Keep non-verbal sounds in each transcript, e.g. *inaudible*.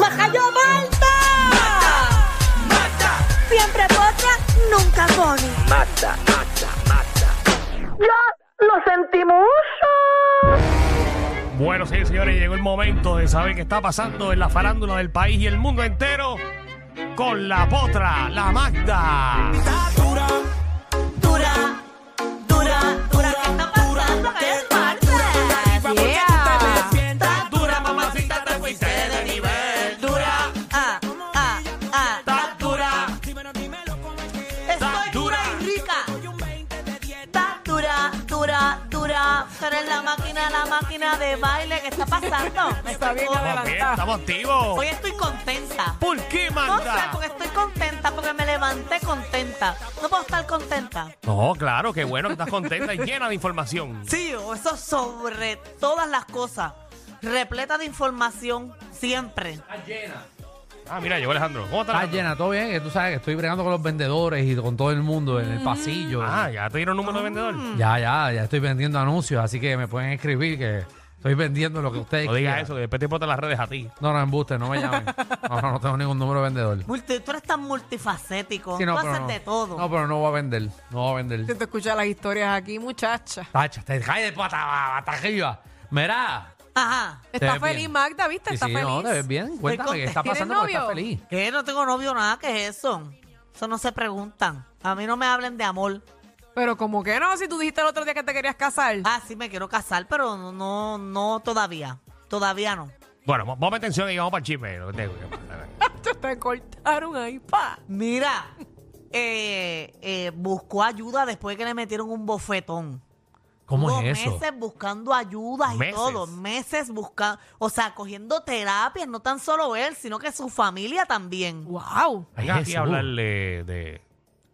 ¡Majayo Malta! Siempre potra, nunca pone. mata, mata, mata. Bueno, sí, señores, llegó el momento de saber qué está pasando en la farándula del país y el mundo entero con la potra, la Magda. Dura, dura, dura, ¿qué está pasando? ¿Qué es Malta? Está dura, mamacita, te fuiste de nivel. Dura, ah, ah, ah. Está dura. Estoy dura y rica. Está dura, dura, dura. Eres la máquina, la máquina de baile. ¿Qué está pasando? Me sacó. Estamos bien, estamos activos. Hoy estoy contenta. ¿Por qué, No sé, porque Magda? estoy contenta, porque me levanté contenta. No puedo estar contenta. No, claro, qué bueno que estás contenta y llena de información. Sí, o eso sobre todas las cosas. Repleta de información siempre. Ah, mira, llegó Alejandro. ¿Cómo estás? Ah, Alejandro? llena, todo bien. que Tú sabes que estoy bregando con los vendedores y con todo el mundo en el pasillo. Ah, ya te dieron número de vendedor. Ya, ya, ya estoy vendiendo anuncios, así que me pueden escribir que estoy vendiendo lo que ustedes No digas quieran. eso, que después te importan las redes a ti. No, no, embuste, no *laughs* me llamen. No, no, no tengo ningún número de vendedor. Multi- tú eres tan multifacético. Sí, no, tú pero haces no. de todo. No, pero no voy a vender. No voy a vender. Si te escuchas las historias aquí, muchacha. Tacha, te caes de pata, pata arriba. Mira. Ajá. Te Está ves feliz, bien. Magda, ¿viste? Sí, Está sí, feliz. no, te ves bien. Cuéntame qué está contenta. pasando ¿Tienes porque estás novio? feliz. ¿Qué? No tengo novio nada. ¿Qué es eso? Eso no se preguntan. A mí no me hablen de amor. Pero como que no, si tú dijiste el otro día que te querías casar. *laughs* Ah, sí, me quiero casar, pero no, no, no todavía. Todavía no. Bueno, mo- ponme atención y vamos para el chisme. Lo que tengo que pasar. Ah, Te cortaron ahí, pa. Mira, eh, eh, buscó ayuda después que le metieron un bofetón. ¿Cómo Estuvo es eso? meses buscando ayuda y Meses. todo, meses buscando, o sea, cogiendo terapias, no tan solo él, sino que su familia también. Wow. Venga aquí Jesús. a hablarle de,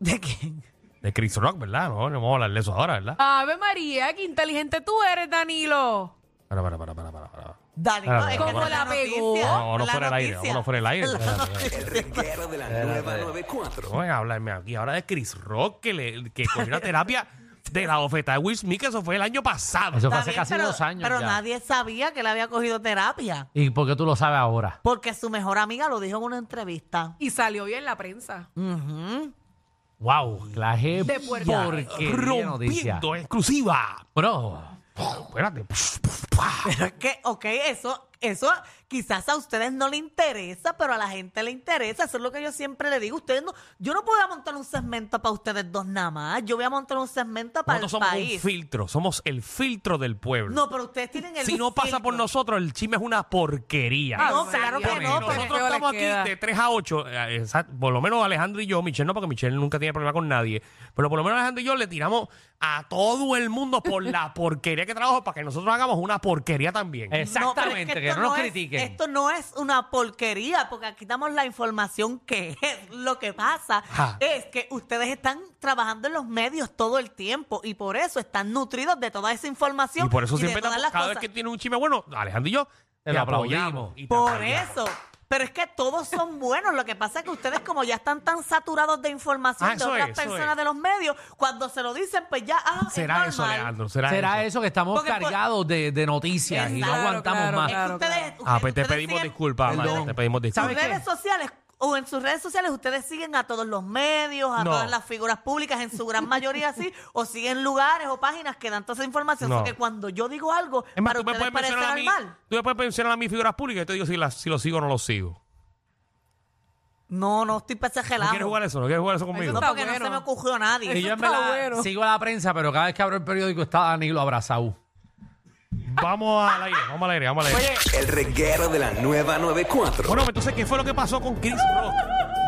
¿De quién? de Chris Rock, ¿verdad? No, no vamos a hablar de eso ahora, ¿verdad? Ave María, qué inteligente tú eres, Danilo. Para, para, para, para, para. para. Dale, Ah, no, es que ¿cómo esa la es pegó? noticia, No, no la fuera el aire, noticia. no fuera el aire. La Espérate, noticia. Reguero de la nueva 94. No, ven a hablarme aquí ahora de Chris Rock, que, le, que cogió una terapia de la bofetada de Will Smith, que eso fue el año pasado. Eso fue Está hace bien, casi pero- dos años Pero ya. nadie sabía que le había cogido terapia, ¿Y por qué tú lo sabes ahora? porque su mejor amiga lo dijo en una entrevista. Y salió bien la prensa. Ujú. Wow, la je- De puerta. porquería noticia. Rompiendo exclusiva. Bro, Espérate. Psh, pf, pa. Pero es que, ok, eso, eso quizás a ustedes no les interesa, pero a la gente le interesa. Eso es lo que yo siempre le digo. Ustedes no, yo no puedo montar un segmento para ustedes dos nada más. Yo voy a montar un segmento para Nosotros el somos un país. filtro, somos el filtro del pueblo. No, pero ustedes tienen el. si no pasa por filtro. nosotros, el chisme es una porquería. Ah, No, claro que Porque María, no, pero- nosotros pero. Feo le estamos aquí queda. de 3 a 8, eh, exacto, por lo menos Alejandro y yo, Michelle no, porque Michelle nunca tiene problema con nadie, pero por lo menos Alejandro y yo le tiramos a todo el mundo *laughs* por la porquería que trabajo para que nosotros hagamos una porquería también. exactamente, No, pero que, es esto no nos es- critiquen. Esto no es una porquería, porque aquí damos la información que es. Lo que pasa Ajá. es que ustedes están trabajando en los medios todo el tiempo y por eso están nutridos de toda esa información. Y por eso de siempre todas estamos- las cada cosas. vez que tiene un chisme bueno, Alejandro y yo Te le lo apoyamos. aplaudimos. y te Por apoyamos. eso. Pero es que todos son buenos. Lo que pasa es que ustedes, como ya están tan saturados de información Ah, de eso otras es, eso personas es. de los medios, cuando se lo dicen, pues ya. Ah, Será es eso, normal. Alejandro. Será, Será eso. eso que estamos Porque por- cargados de, de noticias y no Claro, aguantamos pues, claro, más. Es que claro. ustedes, Ah, pues te ustedes pedimos siguen- disculpas, Ustedes- Amanda, te pedimos sus disculpas. ¿Sabes qué? redes sociales o en sus redes sociales ustedes siguen a todos los medios, a No. todas las figuras públicas, en su gran mayoría sí, o siguen lugares o páginas que dan toda esa información. No. Así que cuando yo digo algo, Es más, para tú me ustedes puedes parece mencionar a mí, normal. tú me puedes mencionar a mis figuras públicas y yo te digo si, las- si lo sigo o no lo sigo. No, no estoy para ese ¿No relajo. quieres jugar eso? ¿No quieres jugar eso conmigo? No, Está porque no bueno. se me ocurrió a Y nadie. yo en está verdad bueno. sigo a la prensa, pero cada vez que abro el periódico está Danilo abrazado. Vamos al aire, vamos al aire, vamos al aire. El reguero de la nueva 94. Bueno, entonces, ¿qué fue lo que pasó con Chris Rock?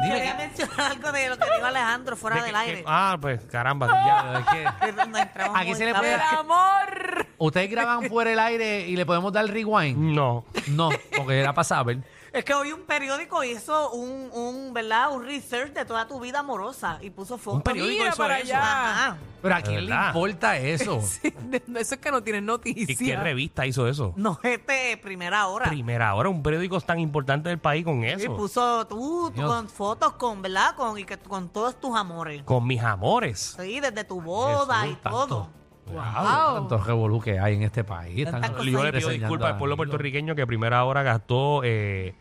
Dime Quería mencionar algo de lo que dijo Alejandro fuera De del que- aire. que- ah, pues caramba, ya. que- que- No entramos Aquí muy se le tarde. El amor. *laughs* ¿Ustedes graban fuera el aire y le podemos dar rewind? No. No, porque era para saber. Es que hoy un periódico hizo un, un, ¿verdad? Un research de toda tu vida amorosa y puso Ah, fotos. periódico Mira hizo para eso. allá. Ajá. Pero ¿a quién le ¿Verdad? importa eso? Sí, eso es que no tienen ¿Y qué noticias. revista hizo eso? No, *laughs* este primera hora. Primera hora, un periódico tan importante del país con Y eso. puso tú, tú Dios. con fotos, con, ¿verdad? Con, y que, con todos tus amores. Con mis amores. Sí, desde tu boda Jesús, y tanto. todo. Wow. Tanto revolú que hay en este país. Tantas Están cosas. Yo le pido reseñando disculpas a al pueblo Danilo. puertorriqueño que primera hora gastó eh,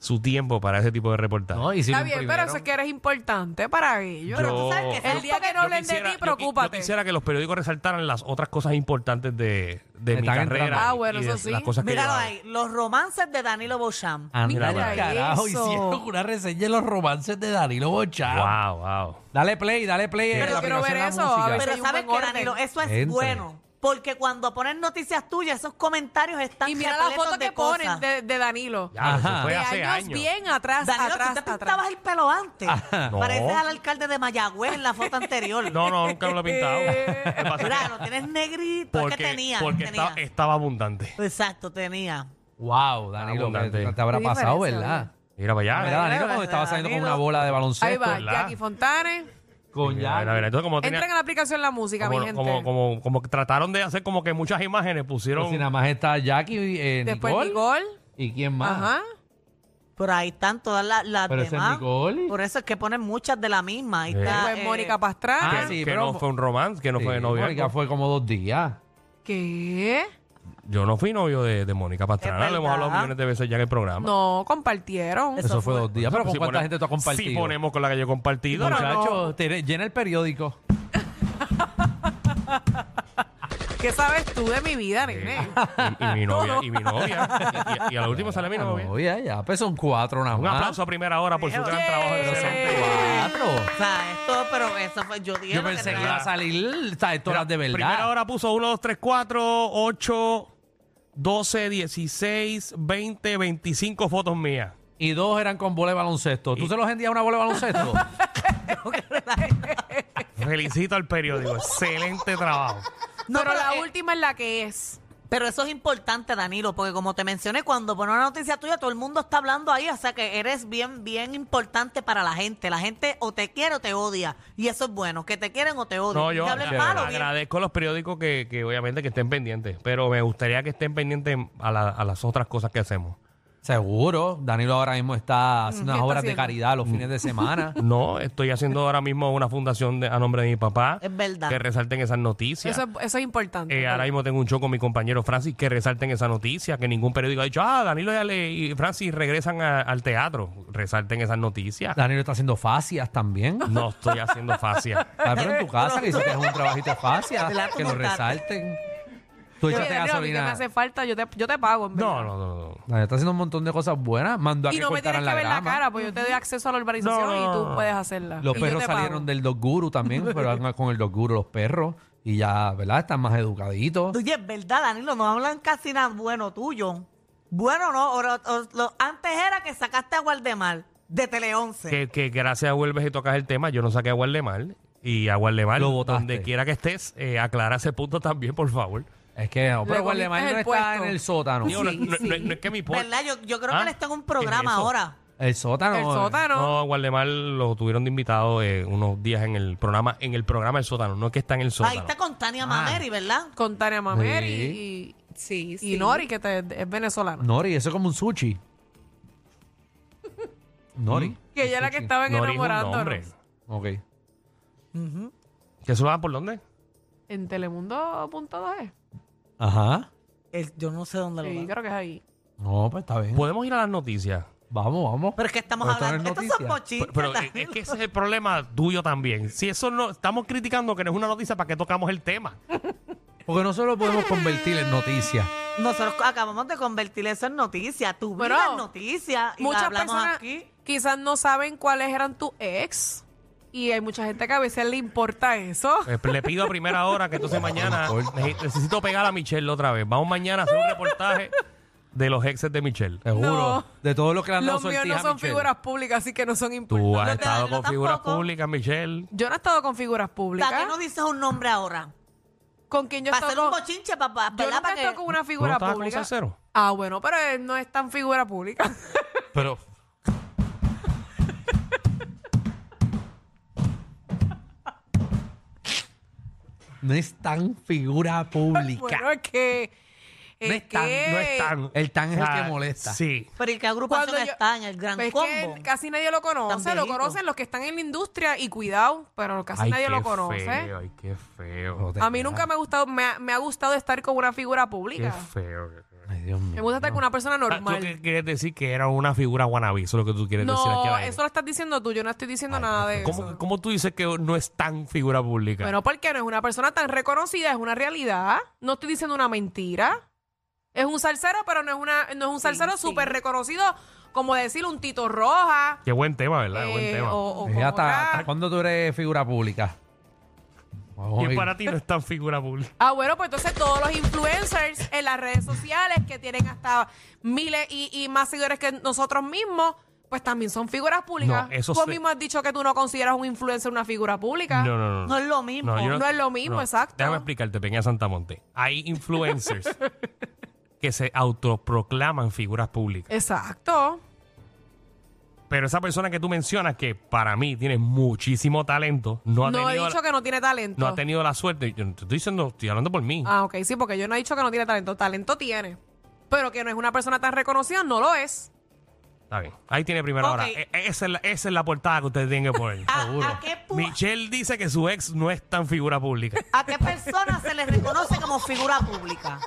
su tiempo para ese tipo de reportajes. No, y si Está lo bien, pero imprimieron- eso es que eres importante para ellos. Yo- tú sabes que El día que no hablen de quisiera- ti, yo qui- Yo, preocúpate. quisiera que los periódicos resaltaran las otras cosas importantes de, de Me mi están carrera. entrando. Ah, bueno, y de eso sí. Las cosas que Míralo yo hago. ahí, los romances de Danilo Beauchamp. Anda, Mira pa'l eso. carajo, hicieron una reseña de los romances de Danilo Bocham. Wow, wow. Dale play, dale play. Pero en la quiero aplicación ver de la eso, música. a ver. Pero- hay Pero un ¿sabes buen qué, orden. Danilo? Eso es Entra. bueno. Porque cuando ponen noticias tuyas, esos comentarios están Y mira la repletos foto de que ponen cosas. de, de Danilo. Ya, Ajá. eso fue De hace años, años. bien atrás, Danilo, atrás, tú te atrás. pintabas el pelo antes. No. Pareces al alcalde de Mayagüez en la foto anterior. Ah, *laughs* No, no, nunca me lo he pintado. Me pasa Mira, que- lo tienes negrito. porque es que tenía. porque tenía. Estaba, estaba abundante. Exacto, tenía. Wow, Danilo, Abundante. Ah, te- te habrá Qué pasado, diferencia, ¿verdad? Mira para allá. Mira, Danilo cuando estaba saliendo con una bola de baloncesto. Ahí va, ¿verdad? Jackie Fontane. Con Mira, mira, mira. ya. Entonces, como, tenía- Entren a la aplicación La Música, mi como, gente. como, como, como que trataron de hacer como que muchas imágenes pusieron. Si nada más está Jackie, eh, Después Nicole. Nicole. ¿Y quién más? Ajá. Por ahí están todas la- las Pero ese es demás. Nicole. Por eso es que ponen muchas de la misma. Ahí Eh. está. Después eh, Pues, Mónica Pastrana. Ah, que sí, que pero- no fue un romance, que no fue de Sí, novio. Mónica fue como dos días. ¿Qué? Yo no fui novio de, de Mónica Pastrana. Es Lo hemos hablado verdad. millones de veces ya en el programa. No, compartieron. Eso, fue dos días. Pero ¿con Si cuánta ponemos- gente tú has compartido? Si ponemos con la que yo he compartido. no, no. Muchachos, te- llena el periódico. ¿Qué sabes tú de mi vida, *laughs* nene? Y, y mi novia, y mi novia. Y, y- y a lo último sale Ah, mi novia. Oye, ya, pues son cuatro nada más. Un aplauso a primera hora por su gran Yeah. trabajo de Pero son presente. cuatro. O sea, esto, pero eso fue. Yo dije. Yo lo que pensé que tenía. iba a salir ¿sabes? todas las de Primera verdad. hora puso 1, 2, 3, 4, 8, 12, 16, 20, 25 fotos mías. Y dos eran con bola de baloncesto. ¿Tú se los envías una bola de baloncesto? *laughs* Felicito al periódico. Excelente trabajo. No, pero, pero, la eh, última es la que es. Pero eso es importante, Danilo, porque como te mencioné, cuando ponen una noticia tuya, todo el mundo está hablando ahí, o sea que eres bien, bien importante para la gente. La gente o te quiere o te odia, y eso es bueno, que te quieren o te odian. No, yo que hablen mal o bien. agradezco a los periódicos que, que obviamente que estén pendientes, pero me gustaría que estén pendientes a, la- a las otras cosas que hacemos. Seguro. Danilo ahora mismo está haciendo ¿Qué unas está obras de haciendo? caridad los fines *laughs* de semana. No, estoy haciendo ahora mismo una fundación de- a nombre de mi papá. Es verdad. Que resalten esas noticias. Eso, es- eso es importante. Eh, ahora mismo tengo un show con mi compañero Francis que resalten esa noticia, que ningún periódico ha dicho, ah, Danilo y Ale- y Francis regresan a- al teatro. Resalten esas noticias. Danilo está haciendo facias *laughs* también. No estoy haciendo fascia. Ah, pero en tu casa, que si te un trabajito de facias, Te la que lo apuntaste. resalten. Tú Oye, echaste Danilo, a mí que me gasolina. hace falta, yo te, yo te pago. en No, verdad. no, no, no. Danilo está haciendo un montón de cosas buenas. Mandó a Y que no me tienes cortaran que la ver la grama. cara, porque yo te doy acceso a la urbanización No, no, y no, tú no. puedes hacerla. Los Y yo perros te pago. salieron del Dog *laughs* Guru también, pero andan con el Dog Guru los perros. Y ya, ¿verdad? Están más educaditos. Oye, es verdad, Danilo, no hablan casi nada bueno tuyo. Bueno, no, o- o- lo- antes era que sacaste a Guardemar de Tele 11. Que, que gracias a Vuelves y tocas el tema, yo no saqué a Guardemar. Y a Guardemar, Lo votaste. donde quiera que estés, eh, aclara ese punto también, por favor. Es que, no, pero Le comiste Guardemar el no está puesto. en el sótano. Digo, no, Sí, no- sí. no- no es que mi por- ¿Verdad? Yo, yo creo Ah, que él está en un ¿qué es programa eso? ahora. El sótano. El eh. sótano. No, Guardemar lo tuvieron de invitado eh, unos días en el programa, en el programa El Sótano, no Ah. es que está en el sótano. Ahí está con Tania Mameri, ¿verdad? Con Tania Mamer y- Sí. y, y Nori, que te- es venezolana. Nori, eso es como un sushi. Nori. *laughs* Que ella es la que Sushi. estaba No dijo un nombre. enamorándonos. Ok. ¿Que eso lo dan por dónde? En Telemundo.2. Ajá. El- yo no sé dónde Sí, lo da. creo que es ahí. No, pues está bien. Podemos ir a las noticias. Vamos, vamos. Pero es que estamos Pero esto no hablando. es Estos son noticia. pochistas. Pero eh, es que ese es el problema tuyo también. Si eso no, estamos criticando que no es una noticia, ¿para qué tocamos el tema? Porque no solo podemos convertir en noticias. Nosotros acabamos de convertir eso en noticia. Tu vida Bueno, es noticia. Y la Muchas hablamos personas aquí. quizás no saben cuáles eran tus ex. Y hay mucha gente que a veces le importa eso. Eh, Le pido a primera hora que *laughs* entonces mañana No importa. neces- necesito pegar a Michelle otra vez. Vamos mañana a hacer un reportaje de los exes de Michelle. Seguro. No. De todo lo que le han dado Los míos no sortijas a son Michelle. figuras públicas, así que pues, no son importantes. Tú has No te estado dan- no con figuras tampoco. públicas, Michelle. Yo no he estado con figuras públicas. ¿Para qué no dices un nombre ahora? ¿Con quién yo he Para hacer un estado? bochinche, para pa, Yo ¿verdad? nunca Pa' he estado que- con una ¿Tú no figura estabas con pública. Salcero? Ah, bueno, pero él no es tan figura pública. *laughs* Pero. No es tan figura *laughs* pública. bueno, es que... no es tan, que- no es tan. El tan es el que molesta. Ah, Sí. Pero ¿y qué agrupación Cuando yo- está en el gran Pues es que combo? casi nadie lo conoce. Tan Lo viejito. conocen los que están en la industria y cuidado, pero casi Ay, nadie qué lo conoce. Feo, ay, qué feo. Joder, A mí nunca me ha gustado, me ha, me ha gustado estar con una figura Qué pública. feo. Ay, Dios Me mío. gusta estar con una persona Ah, ¿Tú normal. qué quieres decir que era una figura wannabe? Eso es lo que tú quieres decir aquí. al No, aire. eso lo estás diciendo tú. Yo no estoy diciendo nada de ¿Cómo, eso. cómo tú dices que no es tan figura pública? Bueno, porque no es una persona tan reconocida, es una realidad. No estoy diciendo una mentira. Es un salsero, pero no es, una, no es un salsero súper reconocido, como decir un Tito Roja. Qué buen tema, ¿verdad? Qué buen eh, tema. o, o Mira, como ¿Hasta, otra- hasta cuándo tú eres figura pública? ¿Quién Ay, para ti no es tan figura pública? Ah, bueno, pues entonces todos los influencers en las redes sociales que tienen hasta miles y, y más seguidores que nosotros mismos, pues también son figuras públicas. No, eso tú se- mismo has dicho que tú no consideras un influencer una figura pública. No, no, no. No es lo mismo. yo no es lo mismo, exacto. Déjame explicarte, Peña Santamonte. Hay influencers *laughs* que se autoproclaman figuras públicas. Exacto. Pero esa persona que tú mencionas, que para mí tiene muchísimo talento, no ha, No he tenido, dicho la, que no tiene talento. no ha tenido la suerte. Yo no te estoy diciendo, estoy hablando por mí. Ah, ok, sí, porque yo no he dicho que no tiene talento. Talento tiene. Pero que no es una persona tan reconocida, no lo es. Está bien. Ahí tiene primera Ok. hora. E- esa, es la, esa es la portada que ustedes tienen *laughs* que poner. Ah, ¿A, a qué pu- Michelle dice que su ex no es tan figura *laughs* pública. ¿A qué persona se le reconoce como figura pública?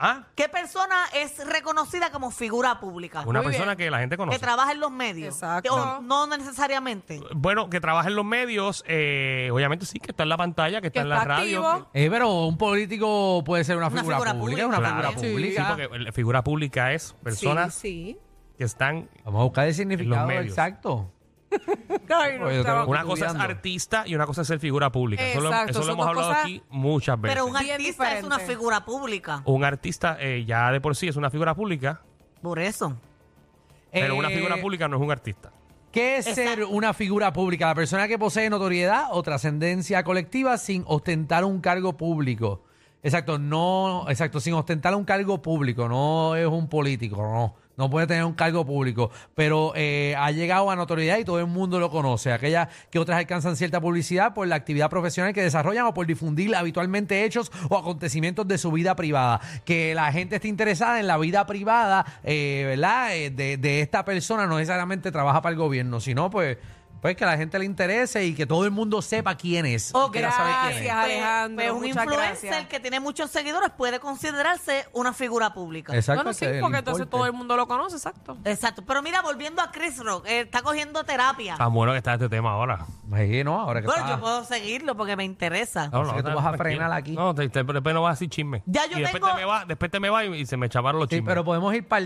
¿Ah? ¿Qué persona es reconocida como figura pública? Una Ah, Muy persona bien. que la gente que conoce. trabaja en los medios. Exacto. O no necesariamente. Bueno, que trabaja en los medios, eh, obviamente sí, que está en la pantalla, que está Que en está la radio. activo. Eh, pero un político puede ser una Una figura, figura pública, es una pública. figura Claro. Sí. pública. Sí, porque la figura pública es personas Sí, *laughs* que están. Vamos a buscar el significado medios. exacto. sí. Ay, no, Oye, yo estaba- tengo- Una cosa es estudiando. artista y una cosa es ser figura pública. Eso lo, Exacto, eso lo son hemos dos hablado cosas- aquí muchas veces. Pero un Bien artista es una diferente. figura pública. Un artista eh, ya de por sí es una figura pública, Por eso. pero una Eh, figura pública no es un artista. ¿Qué es ser una figura pública? La persona que posee notoriedad o trascendencia colectiva sin ostentar un cargo público. Exacto, no, exacto, sin ostentar un cargo público, no es un político, no, no puede tener un cargo público, pero eh, ha llegado a notoriedad y todo el mundo lo conoce, aquellas que otras alcanzan cierta publicidad por la actividad profesional que desarrollan o por difundir habitualmente hechos o acontecimientos de su vida privada, que la gente esté interesada en la vida privada, eh, ¿verdad? Eh, de, de esta persona no necesariamente trabaja para el gobierno, sino pues, pues que a la gente le interese y que todo el mundo sepa quién es. Oh, y quiera saber quién es. gracias. Alejandro, Pues un muchas influencer gracias. que tiene muchos seguidores puede considerarse una figura pública. Exacto, no, no, sí, que le porque entonces importe. todo el mundo lo conoce, exacto. Exacto. Pero mira, volviendo a Chris Rock, eh, está cogiendo terapia. Tan bueno que está este tema ahora. Sí, no, ahora que Bueno, está- yo puedo seguirlo porque me interesa. Así que tú está- vas a tranquila. frenar aquí. No, te- te- después no vas a decir chisme. Ya yo y después tengo- te me va, después te me va y, y se me echaron los Sí, chismes. pero podemos ir para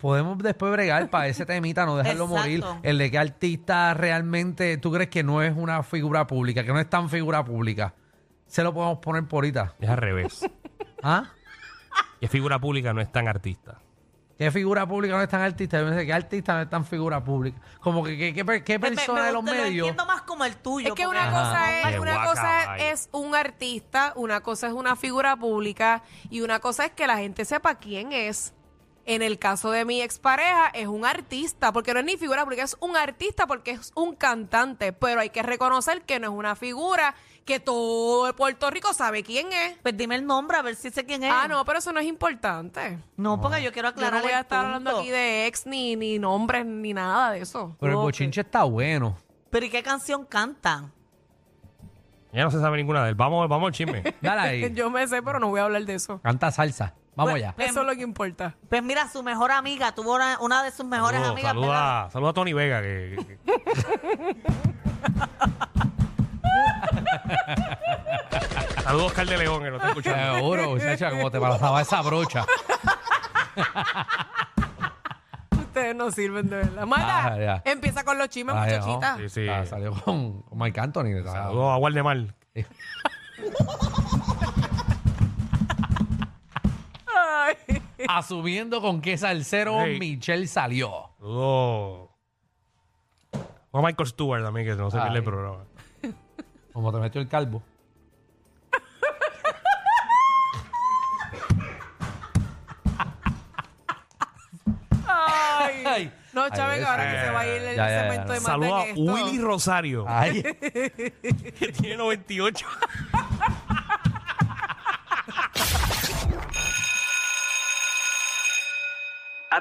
podemos después bregar para ese temita, no dejarlo Exacto. morir. El de qué artista realmente tú crees que no es una figura pública, que no es tan figura pública. Se lo podemos poner por ahorita. Es al revés. ¿Ah? que figura pública no es tan artista. ¿Qué figura pública no es tan artista? Yo pensé, ¿qué artista no es tan figura pública? Como que, que- que- ¿qué, Me- me- persona Pues, me de los gusta- Lo medios? entiendo más como el tuyo. Es que porque- una cosa Ajá. es, Qué una guaca, cosa vaya. es un artista, una cosa es una figura pública y una cosa es que la gente sepa quién es. En el caso de mi expareja es un artista, porque no es ni figura pública, es un artista porque es un cantante, pero hay que reconocer que no es una figura que todo Puerto Rico sabe quién es. Pues dime el nombre a ver si sé quién es. Ah, no, pero eso no es importante. Eh. No, porque yo quiero Yo aclarar no voy el a estar hablando punto. aquí de ex, ni, ni nombres, ni nada de eso. Pero el Ok. bochinche está bueno. Pero ¿y qué canción canta? Ya no se sabe ninguna de él. Vamos, vamos al chisme. Dale ahí. *laughs* Yo me sé, pero no voy a hablar de eso. Canta salsa. Vamos Bueno, allá. Eso es lo que importa. Pues mira, su mejor amiga tuvo una, una de sus *laughs* mejores Saludos amigas. ¿verdad? saluda, saluda a Tony Vega. Que, que- que- *laughs* Saludos a Oscar de León, que lo está escuchando. Seguro, muchacha, como te pasaba *laughs* esa brocha. Ustedes no sirven de verdad. Mala, Ah, ya. empieza con los chismes, Ay, muchachita. no. Sí, sí. Ah, salió con, con Mike Anthony. Saludos a Waldemar. Ay. Asumiendo con qué salsero Sí. Michelle salió. Saludos a Michael Stewart también, que no se pierde Ay. el programa. Como te metió el calvo. Ay. *laughs* Ay. No, Chávez, Ay, que ahora es- que se va a ir el Ya, ya, ya, segmento ya. de más Saludos a de que esto. Willy Rosario, Ay, que tiene 98.